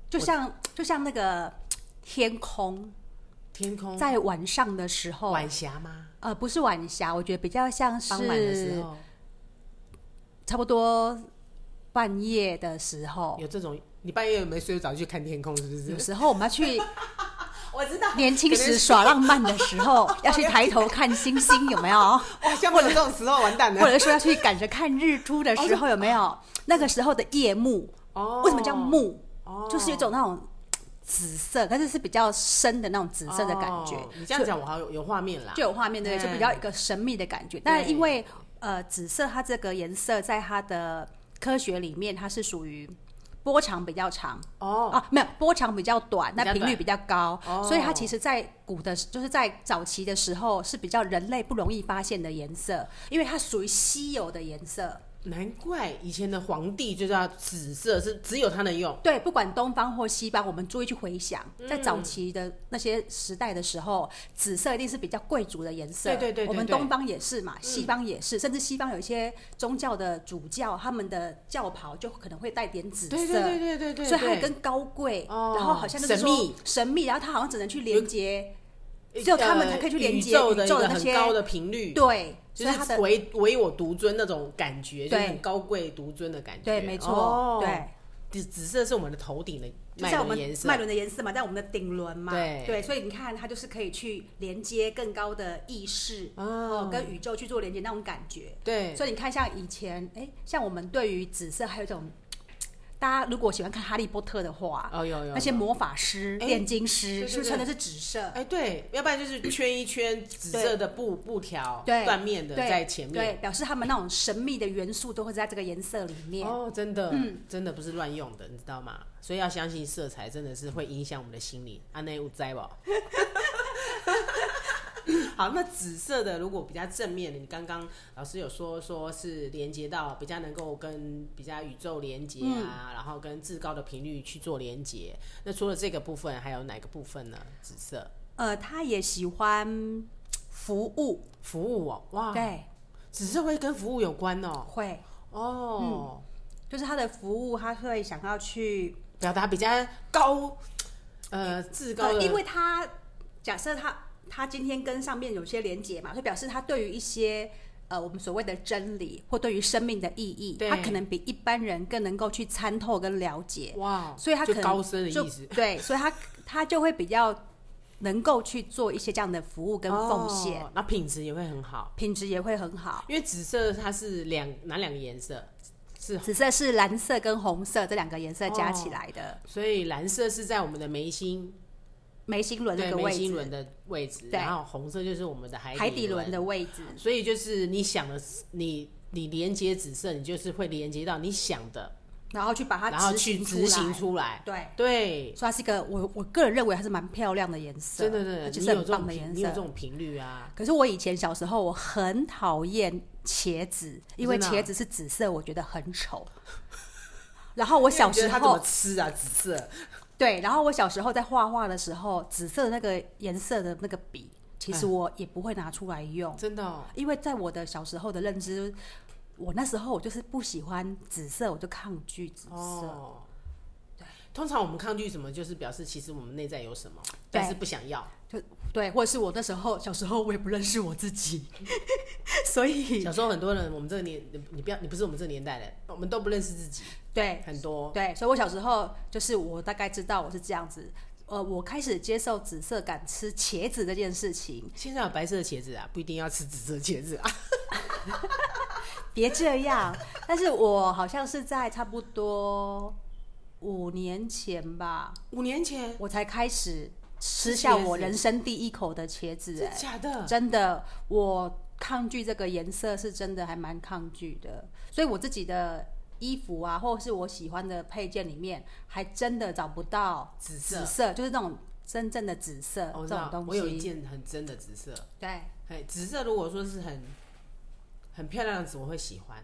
Speaker 2: 就像就像那个天空，
Speaker 1: 天空
Speaker 2: 在晚上的时候，
Speaker 1: 嗯晚霞吗？
Speaker 2: 呃，不是晚霞，我觉得比较像是
Speaker 1: 傍晚的时候
Speaker 2: 差不多半夜的时候，
Speaker 1: 有这种，你半夜有没有睡着去看天空？是不
Speaker 2: 有
Speaker 1: 是？
Speaker 2: 时候我们 要去
Speaker 1: 我知 道，
Speaker 2: 年轻时耍浪漫的时候，要去抬头看星星，有没 有？
Speaker 1: 哇，哦像我有这种时候完蛋
Speaker 2: 或
Speaker 1: 了。
Speaker 2: 者说要去赶着看日出的时候，有没有？那个时候的夜幕，
Speaker 1: 哦
Speaker 2: 为什么叫？幕？
Speaker 1: 哦
Speaker 2: 就是有一种那种紫色，但是是比较深的那种紫色的感觉。
Speaker 1: 哦你这样讲，我好像有有画面啦。
Speaker 2: 就有画面，对不
Speaker 1: 嗯
Speaker 2: 对，就比较一个神秘的感觉。但因为呃，紫色它这个颜色在它的科学里面，它是属于波长比较长
Speaker 1: 哦，
Speaker 2: 啊，没有波长比较短，
Speaker 1: 比较
Speaker 2: 那
Speaker 1: 短
Speaker 2: 频率比较高，
Speaker 1: 哦
Speaker 2: 所以它其实，在古的，就是在早期的时候，是比较人类不容易发现的颜色，因为它属于稀有的颜色。
Speaker 1: 难怪以前的皇帝就叫紫色是只有它能用。
Speaker 2: 对，不管东方或西方，我们注意去回想，
Speaker 1: 嗯
Speaker 2: 在早期的那些时代的时候，紫色一定是比较贵族的颜色。
Speaker 1: 对对对对嗯
Speaker 2: 我们
Speaker 1: 对
Speaker 2: 东方也是嘛，西方也是，甚至西方有一些宗教的主教，他们的教袍就可能会带点紫色。
Speaker 1: 对对对对对对，
Speaker 2: 所以它
Speaker 1: 对
Speaker 2: 跟高贵，
Speaker 1: 哦
Speaker 2: 然后好像就是
Speaker 1: 神
Speaker 2: 说
Speaker 1: 秘
Speaker 2: 神秘，然后它好像只能去连接，只有他们才可以去连接
Speaker 1: 宇宙的
Speaker 2: 宇
Speaker 1: 一
Speaker 2: 宙
Speaker 1: 个
Speaker 2: 的那
Speaker 1: 很
Speaker 2: 些
Speaker 1: 高的频率，
Speaker 2: 对，
Speaker 1: 就
Speaker 2: 所以它
Speaker 1: 是
Speaker 2: 的
Speaker 1: 唯唯我独尊那种感觉，就是
Speaker 2: 对
Speaker 1: 很高贵独尊的感觉。
Speaker 2: 对，没错
Speaker 1: 哦，
Speaker 2: 对，，
Speaker 1: 紫紫色是我们的头顶的
Speaker 2: 就
Speaker 1: 脉
Speaker 2: 在我
Speaker 1: 轮的
Speaker 2: 们
Speaker 1: 颜色，
Speaker 2: 脉轮的颜色嘛，在我们的顶轮嘛，
Speaker 1: 对
Speaker 2: 所以你看它就是可以去连接更高的意识哦
Speaker 1: 哦，
Speaker 2: 跟宇宙去做连接那种感觉。
Speaker 1: 对，
Speaker 2: 所以你看，像以前，哎，像我们对于紫色还有一种，大家如果喜欢看《哈利波特》的话，
Speaker 1: 哦有有有
Speaker 2: 那些魔法师、
Speaker 1: 哎
Speaker 2: 炼金
Speaker 1: 对
Speaker 2: 师
Speaker 1: 对
Speaker 2: 是
Speaker 1: 对
Speaker 2: 不是穿的是紫色？
Speaker 1: 哎对，要不然就是圈一圈紫色的布布条
Speaker 2: 对
Speaker 1: 缎面的
Speaker 2: 对
Speaker 1: 在前面。
Speaker 2: 对，表示他们那种神秘的元素都会在这个颜色里面。嗯
Speaker 1: 哦，真的，真的不是乱用的，你知道吗？所以要相信色彩真的是会影响我们的心理。安内有灾吧。 好，那紫色的如果比较正面的，你刚刚老师有说说是连接到比较能够跟比较宇宙连接啊，
Speaker 2: 嗯
Speaker 1: 然后跟至高的频率去做连接。那除了这个部分，还有哪个部分呢？紫色
Speaker 2: 呃，他也喜欢服务，
Speaker 1: 服务哦，哇，
Speaker 2: 对，
Speaker 1: 紫色会跟服务有关哦，
Speaker 2: 会
Speaker 1: 哦，
Speaker 2: 嗯就是他的服务，他会想要去
Speaker 1: 表达比较高，呃，至高
Speaker 2: 呃，
Speaker 1: 的，
Speaker 2: 因为他假设他他今天跟上面有些连接嘛，就表示他对于一些呃我们所谓的真理或对于生命的意义，
Speaker 1: 对
Speaker 2: 他可能比一般人更能够去参透跟了解，
Speaker 1: 哇，
Speaker 2: 所以他可
Speaker 1: 就
Speaker 2: 能
Speaker 1: 高深的
Speaker 2: 就
Speaker 1: 意思。
Speaker 2: 对，所以他他就会比较能够去做一些这样的服务跟奉献，
Speaker 1: 哦，那品质也会很好。
Speaker 2: 品质也会很好。
Speaker 1: 因为紫色它是两哪两个颜色？是，
Speaker 2: 紫色是蓝色跟红色这两个颜色加起来的
Speaker 1: 所以蓝色是在我们的眉心，
Speaker 2: 眉心轮那
Speaker 1: 对
Speaker 2: 个
Speaker 1: 眉
Speaker 2: 位
Speaker 1: 心轮
Speaker 2: 置，
Speaker 1: 的位置，
Speaker 2: 对
Speaker 1: 然后红色就是我们的海
Speaker 2: 海底轮
Speaker 1: 轮
Speaker 2: 的。位置，
Speaker 1: 所以就是你想的，你你连接紫色，你就是会连接到你想的，
Speaker 2: 然后去把
Speaker 1: 然后
Speaker 2: 它
Speaker 1: 去
Speaker 2: 执
Speaker 1: 执行
Speaker 2: 行
Speaker 1: 出来。
Speaker 2: 对。
Speaker 1: 对，
Speaker 2: 所以它是一个我我个人认为还是蛮漂亮的颜色，
Speaker 1: 真的真的，
Speaker 2: 而且
Speaker 1: 你
Speaker 2: 是
Speaker 1: 有
Speaker 2: 很
Speaker 1: 这种
Speaker 2: 棒的
Speaker 1: 频，
Speaker 2: 颜
Speaker 1: 你有这
Speaker 2: 色。
Speaker 1: 种频率啊。
Speaker 2: 可是我以前小时候我很讨厌茄子，因为
Speaker 1: 真的啊
Speaker 2: 茄子是紫色，我觉得很丑。 然后我
Speaker 1: 我
Speaker 2: 小时
Speaker 1: 他怎么
Speaker 2: 候
Speaker 1: 吃啊？紫色
Speaker 2: 对，然后我小时候在画画的时候，紫色的那个颜色的那个笔，其实我也不会拿出来用，
Speaker 1: 真的哦，
Speaker 2: 因为在我的小时候的认知，我那时候我就是不喜欢紫色，我就抗拒紫色。
Speaker 1: 哦，通常我们抗拒什么，就是表示其实我们内在有什么，但是不想要。
Speaker 2: 对，或者是我那时候小时候我也不认识我自己， 所以
Speaker 1: 小时候很多人，我们这个年，你你不要，你不是我们这个年代的，我们都不认识自己，
Speaker 2: 对
Speaker 1: 很多。
Speaker 2: 对，所以我小时候就是我大概知道我是这样子。呃，我开始接受紫色感吃茄子这件事情，
Speaker 1: 现在有白色的茄子啊，不一定要吃紫色的茄子啊。
Speaker 2: 别这样。但是我好像是在差不多五年前吧，
Speaker 1: 五年前，
Speaker 2: 我才开始吃
Speaker 1: 吃
Speaker 2: 下
Speaker 1: 茄
Speaker 2: 我
Speaker 1: 子
Speaker 2: 人生第一口的茄子、
Speaker 1: 真
Speaker 2: 哎，
Speaker 1: 假的？
Speaker 2: 真的，我抗拒这个颜色是真的还蛮抗拒的，所以我自己的衣服啊，或者是我喜欢的配件里面，还真的找不到
Speaker 1: 紫色
Speaker 2: 紫色，就是那种真正的紫色、
Speaker 1: 哦我知
Speaker 2: 这种
Speaker 1: 道，
Speaker 2: 东
Speaker 1: 我有一
Speaker 2: 西。
Speaker 1: 件很真的紫色，
Speaker 2: 对，
Speaker 1: 哎，紫色如果说是很很漂亮的紫，我会喜欢。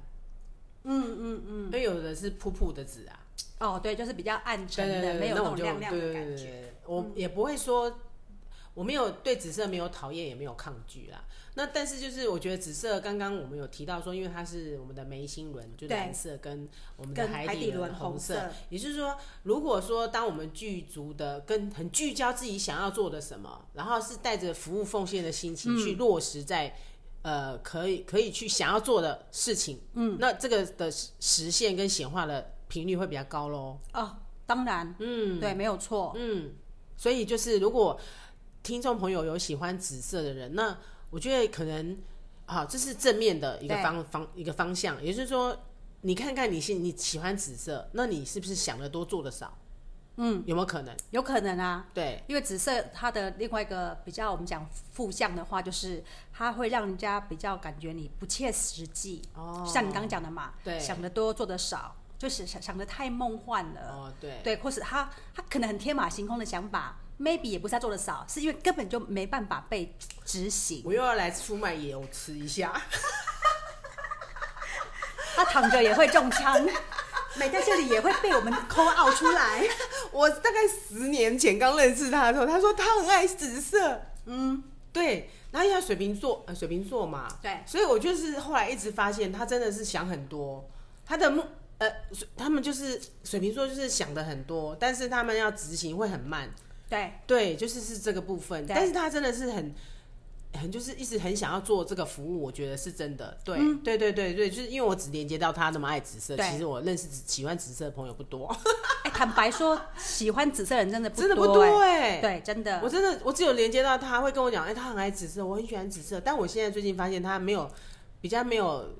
Speaker 1: 嗯嗯嗯，因为有的是噗噗的紫啊，
Speaker 2: 哦，对，就是比较暗沉的，
Speaker 1: 对对对，
Speaker 2: 没有
Speaker 1: 那
Speaker 2: 种
Speaker 1: 我就
Speaker 2: 亮亮
Speaker 1: 对
Speaker 2: 的
Speaker 1: 对对
Speaker 2: 感
Speaker 1: 对
Speaker 2: 觉。嗯
Speaker 1: 对我也不会说，我没有对紫色没有讨厌，也没有抗拒啦。那但是就是我觉得紫色，刚刚我们有提到说，因为它是我们的眉心轮，就是
Speaker 2: 对
Speaker 1: 蓝色跟我们的
Speaker 2: 跟
Speaker 1: 海
Speaker 2: 海
Speaker 1: 底
Speaker 2: 底
Speaker 1: 轮
Speaker 2: 轮
Speaker 1: 红
Speaker 2: 红
Speaker 1: 色
Speaker 2: 色。
Speaker 1: 也就是说，如果说当我们具足的跟很聚焦自己想要做的什么，然后是带着服务奉献的心
Speaker 2: 嗯
Speaker 1: 情去落实在。呃，可以可以去想要做的事情，嗯，那这个的实实现跟显化的频率会比较高喽。
Speaker 2: 哦，当然，嗯，对，没有错。
Speaker 1: 嗯，所以就是如果听众朋友有喜欢紫色的人，那我觉得可能好，这是正面的一个
Speaker 2: 对
Speaker 1: 方方一个方向，也就是说，你看看你是你喜欢紫色，那你是不是想的多做的少？嗯，有没有可能？
Speaker 2: 有可能啊，
Speaker 1: 对，
Speaker 2: 因为紫色它的另外一个比较，我们讲负向的话，就是它会让人家比较感觉你不切实际。
Speaker 1: 哦
Speaker 2: 像你刚刚讲的嘛，
Speaker 1: 对
Speaker 2: 想的多，做的少，就是想想的太梦幻了，
Speaker 1: 哦，对，
Speaker 2: 对，或是他他可能很天马行空的想法，maybe 也不是他做的少，是因为根本就没办法被执行。
Speaker 1: 我又要来出卖油吃一下。
Speaker 2: 他躺着也会中枪， 美在这里也会被我们抠傲出来。
Speaker 1: 我大概十年前刚认识他的时候，他说他很爱紫色，嗯，对。然后因为他水瓶座，呃，水瓶座嘛，
Speaker 2: 对
Speaker 1: 所以我就是后来一直发现他真的是想很多，他的目呃，水他们就是水瓶座就是想的很多，但是他们要执行会很慢，
Speaker 2: 对，
Speaker 1: 对，就是是这个部分。
Speaker 2: 对
Speaker 1: 但是他真的是很很就是一直很想要做这个服务，我觉得是真的。对，对对对对，就是因为我只连接到他那么爱紫色，
Speaker 2: 嗯对
Speaker 1: 其实我认识紫喜欢紫色的朋友不 多，
Speaker 2: 哎，坦白说，喜欢紫色人真的不
Speaker 1: 真的不
Speaker 2: 多
Speaker 1: 多
Speaker 2: 哎，
Speaker 1: 哎、
Speaker 2: 对，真的
Speaker 1: 我，真的，我只有连接到他会跟我讲，哎、他很爱紫色，我很喜欢紫色。但我现在最近发现他没有，比较没有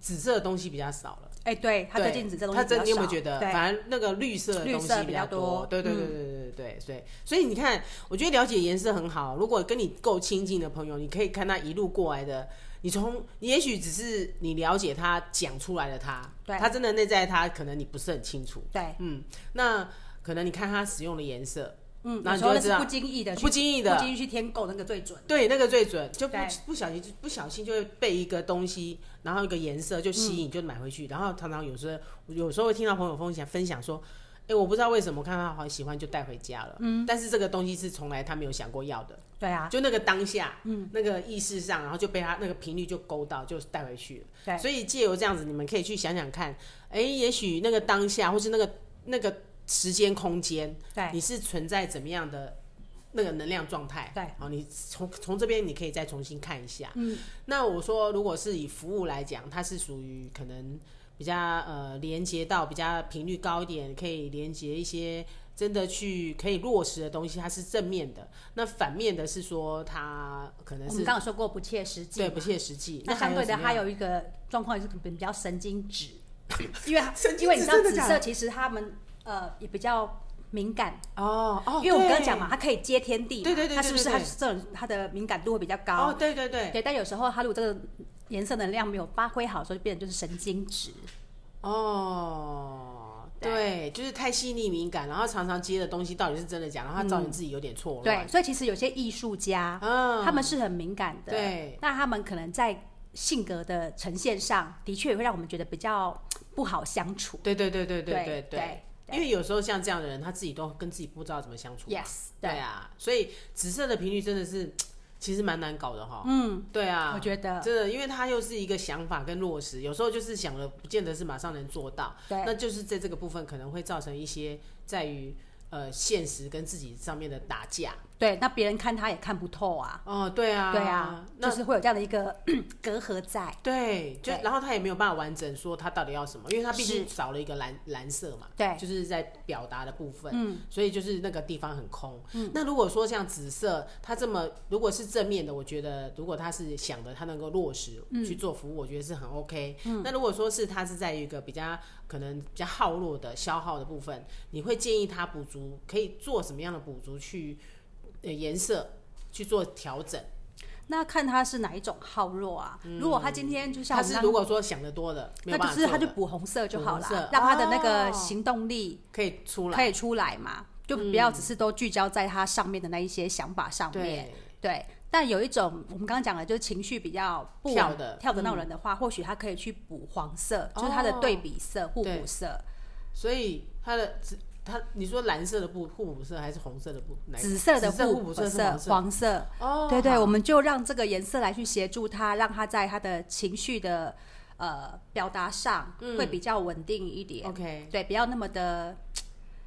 Speaker 1: 紫色的东西比较少了。
Speaker 2: 哎，对他最
Speaker 1: 对
Speaker 2: 近紫色东西
Speaker 1: 他真
Speaker 2: 比较
Speaker 1: 你有没有
Speaker 2: 少
Speaker 1: 觉得，
Speaker 2: 对，
Speaker 1: 反正那个绿色的
Speaker 2: 绿
Speaker 1: 东西
Speaker 2: 色比
Speaker 1: 较
Speaker 2: 较多嗯
Speaker 1: 对对对对对对对，所以所以你看，我觉得了解颜色很好。如果跟你够亲近的朋友，你可以看他一路过来的。你从你也许只是你了解他讲出来的他，
Speaker 2: 对
Speaker 1: 他真的内在的他，可能你不是很清楚。
Speaker 2: 对，
Speaker 1: 嗯，那可能你看他使用的颜色，
Speaker 2: 嗯，
Speaker 1: 那
Speaker 2: 有
Speaker 1: 你
Speaker 2: 时
Speaker 1: 就
Speaker 2: 候
Speaker 1: 会
Speaker 2: 那
Speaker 1: 知
Speaker 2: 是
Speaker 1: 道
Speaker 2: 不经意的去，
Speaker 1: 不经意的
Speaker 2: 不经意去添购那个最准。
Speaker 1: 对，那个最准，就不
Speaker 2: 对
Speaker 1: 不小心就不小心就会被一个东西，然后一个颜色就吸
Speaker 2: 嗯
Speaker 1: 引，就买回去。然后常常有时候有时候会听到朋友分享分享说，哎、我不知道为什么看他好喜欢就带回家了。嗯，但是这个东西是从来他没有想过要的，
Speaker 2: 对啊，
Speaker 1: 就那个当下，嗯，那个意识上，然后就被他那个频率就勾到，就带回去了。
Speaker 2: 对
Speaker 1: 所以借由这样子，你们可以去想想看，哎、也许那个当下或是那个那个时间空间，
Speaker 2: 对
Speaker 1: 你是存在怎么样的那个能量状态？
Speaker 2: 对
Speaker 1: 好，你从从这边你可以再重新看一下。
Speaker 2: 嗯，
Speaker 1: 那我说，如果是以服务来讲，它是属于可能比较呃连接到比较频率高一点，可以连接一些真的去可以落实的东西，它是正面的。那反面的是说它可能
Speaker 2: 我们
Speaker 1: 是
Speaker 2: 刚刚有说过不切实际，
Speaker 1: 对不。切实际。
Speaker 2: 那相对的，
Speaker 1: 还
Speaker 2: 它
Speaker 1: 有
Speaker 2: 有一个状况是比较神 经质，因为它
Speaker 1: 神经质
Speaker 2: 因为你知道
Speaker 1: 真的
Speaker 2: 紫
Speaker 1: 假的
Speaker 2: 色其实他们呃也比较敏感，
Speaker 1: 什么样哦哦，
Speaker 2: 因为我
Speaker 1: 对
Speaker 2: 刚刚讲嘛，，它可以接天地嘛，
Speaker 1: 对对对
Speaker 2: 它是不是它
Speaker 1: 对对
Speaker 2: 这种它的敏感度会比较
Speaker 1: 哦
Speaker 2: 高？
Speaker 1: 对对对，
Speaker 2: 对，但有时候它如果这个颜色能量没有发挥好的时候，就变成就是神经质。
Speaker 1: 哦，
Speaker 2: 对
Speaker 1: 对，就是太细腻敏感，然后常常接的东西到底是真的假的，然后他造成自己有点错
Speaker 2: 对，
Speaker 1: 乱。
Speaker 2: 所以其实有些艺术家
Speaker 1: 嗯，
Speaker 2: 他们是很敏感的，
Speaker 1: 对，
Speaker 2: 那他们可能在性格的呈现上，的确也会让我们觉得比较不好相处。
Speaker 1: 对对对对对
Speaker 2: 对
Speaker 1: 对对，
Speaker 2: 对
Speaker 1: 因为有时候像这样的人，他自己都跟自己不知道怎么相处。
Speaker 2: ，yes，
Speaker 1: 对
Speaker 2: 对，
Speaker 1: 啊，所以紫色的频率真的是，其实蛮难搞的哈。
Speaker 2: 嗯，
Speaker 1: 对啊，
Speaker 2: 我觉得
Speaker 1: 真的，因为他又是一个想法跟落实，有时候就是想了，不见得是马上能做到。那
Speaker 2: 对，
Speaker 1: 就是在这个部分可能会造成一些在于呃现实跟自己上面的打架。
Speaker 2: 对，那别人看他也看不透啊，
Speaker 1: 哦，对啊，
Speaker 2: 对啊，
Speaker 1: 那
Speaker 2: 就是会有这样的一个 隔阂在，
Speaker 1: 对，就
Speaker 2: 对
Speaker 1: 然后他也没有办法完整说他到底要什么，因为他毕竟
Speaker 2: 是
Speaker 1: 少了一个蓝蓝色嘛，
Speaker 2: 对
Speaker 1: 就是在表达的部分，
Speaker 2: 嗯，
Speaker 1: 所以就是那个地方很空。那如果说像紫色，它这么如果是正面的，我觉得如果他是想的，他能够落实
Speaker 2: 嗯
Speaker 1: 去做服务，我觉得是很 OK。那如果说是他是在一个比较可能比较耗弱的消耗的部分，你会建议他补足，可以做什么样的补足去呃颜色去做调整？
Speaker 2: 那看他是哪一种好弱啊。如果他今天就像
Speaker 1: 嗯他
Speaker 2: 我们
Speaker 1: 是
Speaker 2: 刚
Speaker 1: 如果说想的多的，没
Speaker 2: 那
Speaker 1: 有
Speaker 2: 就
Speaker 1: 办法
Speaker 2: 是他
Speaker 1: 做
Speaker 2: 就
Speaker 1: 的
Speaker 2: 补红色就好
Speaker 1: 补红
Speaker 2: 了
Speaker 1: 色，
Speaker 2: 让他的那个
Speaker 1: 哦
Speaker 2: 行动力
Speaker 1: 可以出来，嗯
Speaker 2: 可以出来嘛，就不要只是都聚焦在他上面的那一些想法上面。
Speaker 1: 对
Speaker 2: 对，但有一种我们刚刚讲的，就是情绪比较不稳
Speaker 1: 跳的嗯
Speaker 2: 跳的那种人的话，或许他可以去补黄色，
Speaker 1: 哦
Speaker 2: 就是它的对比色、互补色。
Speaker 1: 所以它的紫，它你说蓝色的布互补色还是红色的布？哪一个
Speaker 2: 紫色的
Speaker 1: 紫色
Speaker 2: 互
Speaker 1: 互补
Speaker 2: 色、
Speaker 1: 色是黄色
Speaker 2: 黄色，
Speaker 1: 哦
Speaker 2: 对对，
Speaker 1: 好
Speaker 2: 我们就让这个颜色来去协助他，让他在他的情绪的呃表达上会比较稳定一点，
Speaker 1: 嗯 OK
Speaker 2: 对，不要那么的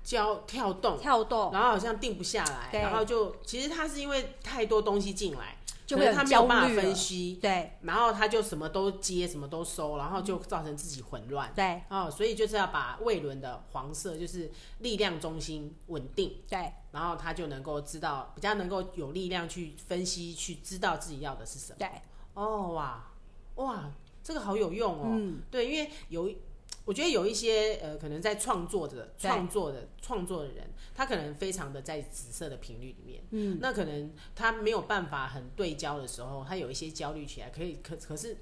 Speaker 1: 交跳动，
Speaker 2: 跳动，
Speaker 1: 然后好像定不下来，
Speaker 2: 对
Speaker 1: 然后就其实它是因为太多东西进来，
Speaker 2: 就
Speaker 1: 可
Speaker 2: 会
Speaker 1: 能他
Speaker 2: 很
Speaker 1: 没
Speaker 2: 焦
Speaker 1: 有办
Speaker 2: 虑
Speaker 1: 法分
Speaker 2: 了
Speaker 1: 析，
Speaker 2: 对
Speaker 1: 然后他就什么都接，什么都收，然后就造成自己混乱。
Speaker 2: 对
Speaker 1: 哦，所以就是要把魏伦的黄色就是力量中心稳定，
Speaker 2: 对
Speaker 1: 然后他就能够知道，比较能够有力量去分析，去知道自己要的是什么。
Speaker 2: 对，
Speaker 1: 哦哇哇，这个好有用哦。
Speaker 2: 嗯，
Speaker 1: 对，因为有一，我觉得有一些呃，可能在创作的、
Speaker 2: 对
Speaker 1: 创作的、创作的人，他可能非常的在紫色的频率里面，
Speaker 2: 嗯，
Speaker 1: 那可能他没有办法很对焦的时候，他有一些焦虑起来，可以可可是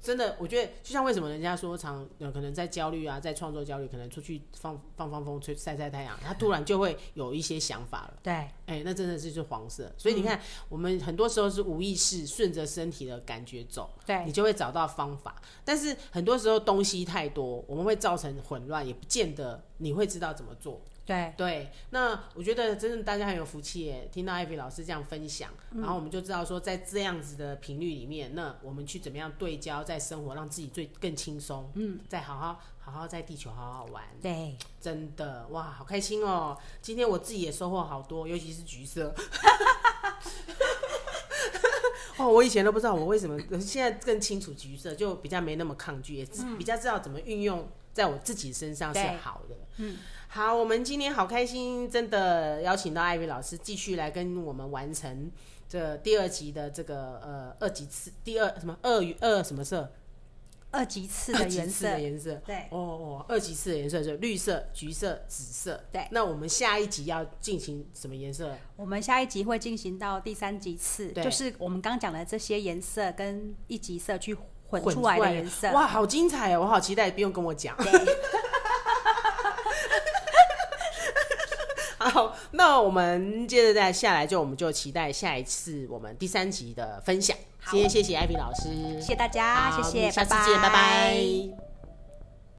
Speaker 1: 真的，我觉得就像为什么人家说常有可能在焦虑啊，在创作焦虑，可能出去放放放风，吹晒晒太阳，他突然就会有一些想法了。
Speaker 2: 对，
Speaker 1: 哎，那真的是就是黄色。所
Speaker 2: 嗯
Speaker 1: 以你看，我们很多时候是无意识顺着身体的感觉走，
Speaker 2: 对
Speaker 1: 你就会找到方法。但是很多时候东西太多，我们会造成混乱，也不见得你会知道怎么做。
Speaker 2: 对
Speaker 1: 对，那我觉得真的大家很有福气耶，听到艾比老师这样分享，然后我们就知道说，在这样子的频率里面，那我们去怎么样对焦，在生活让自己最更轻松，嗯，再好好好好在地球好好玩，
Speaker 2: 对，
Speaker 1: 真的哇，好开心哦！今天我自己也收获好多，尤其是橘色。 哦，我以前都不知道我为什么，现在更清楚橘色，就比较没那么抗拒，也知
Speaker 2: 嗯
Speaker 1: 比较知道怎么运用在我自己身上是
Speaker 2: 对
Speaker 1: 好的。嗯，好，我们今天好开心，真的邀请到艾薇老师继续来跟我们完成这第二集的这个呃二级次第二什么二与二什么色
Speaker 2: 二级次
Speaker 1: 二
Speaker 2: 的
Speaker 1: 级
Speaker 2: 颜
Speaker 1: 次
Speaker 2: 色，
Speaker 1: 的颜色。
Speaker 2: 对
Speaker 1: 哦哦，二级次的颜色就绿色、橘色、紫色。
Speaker 2: 对，
Speaker 1: 那我们下一集要进行什么颜色？
Speaker 2: 我们下一集会进行到第三级次，
Speaker 1: 对
Speaker 2: 就是我们刚讲的这些颜色跟一级色去混出来的颜色。
Speaker 1: 哇，好精彩哦！我好期待，不用跟我讲。
Speaker 2: 对，
Speaker 1: 好，那我们接着再下来，就我们就期待下一次我们第三集的分享。
Speaker 2: 好
Speaker 1: 今天谢谢艾比老师，
Speaker 2: 谢谢大家，
Speaker 1: 好
Speaker 2: 谢谢，
Speaker 1: 下次见，拜拜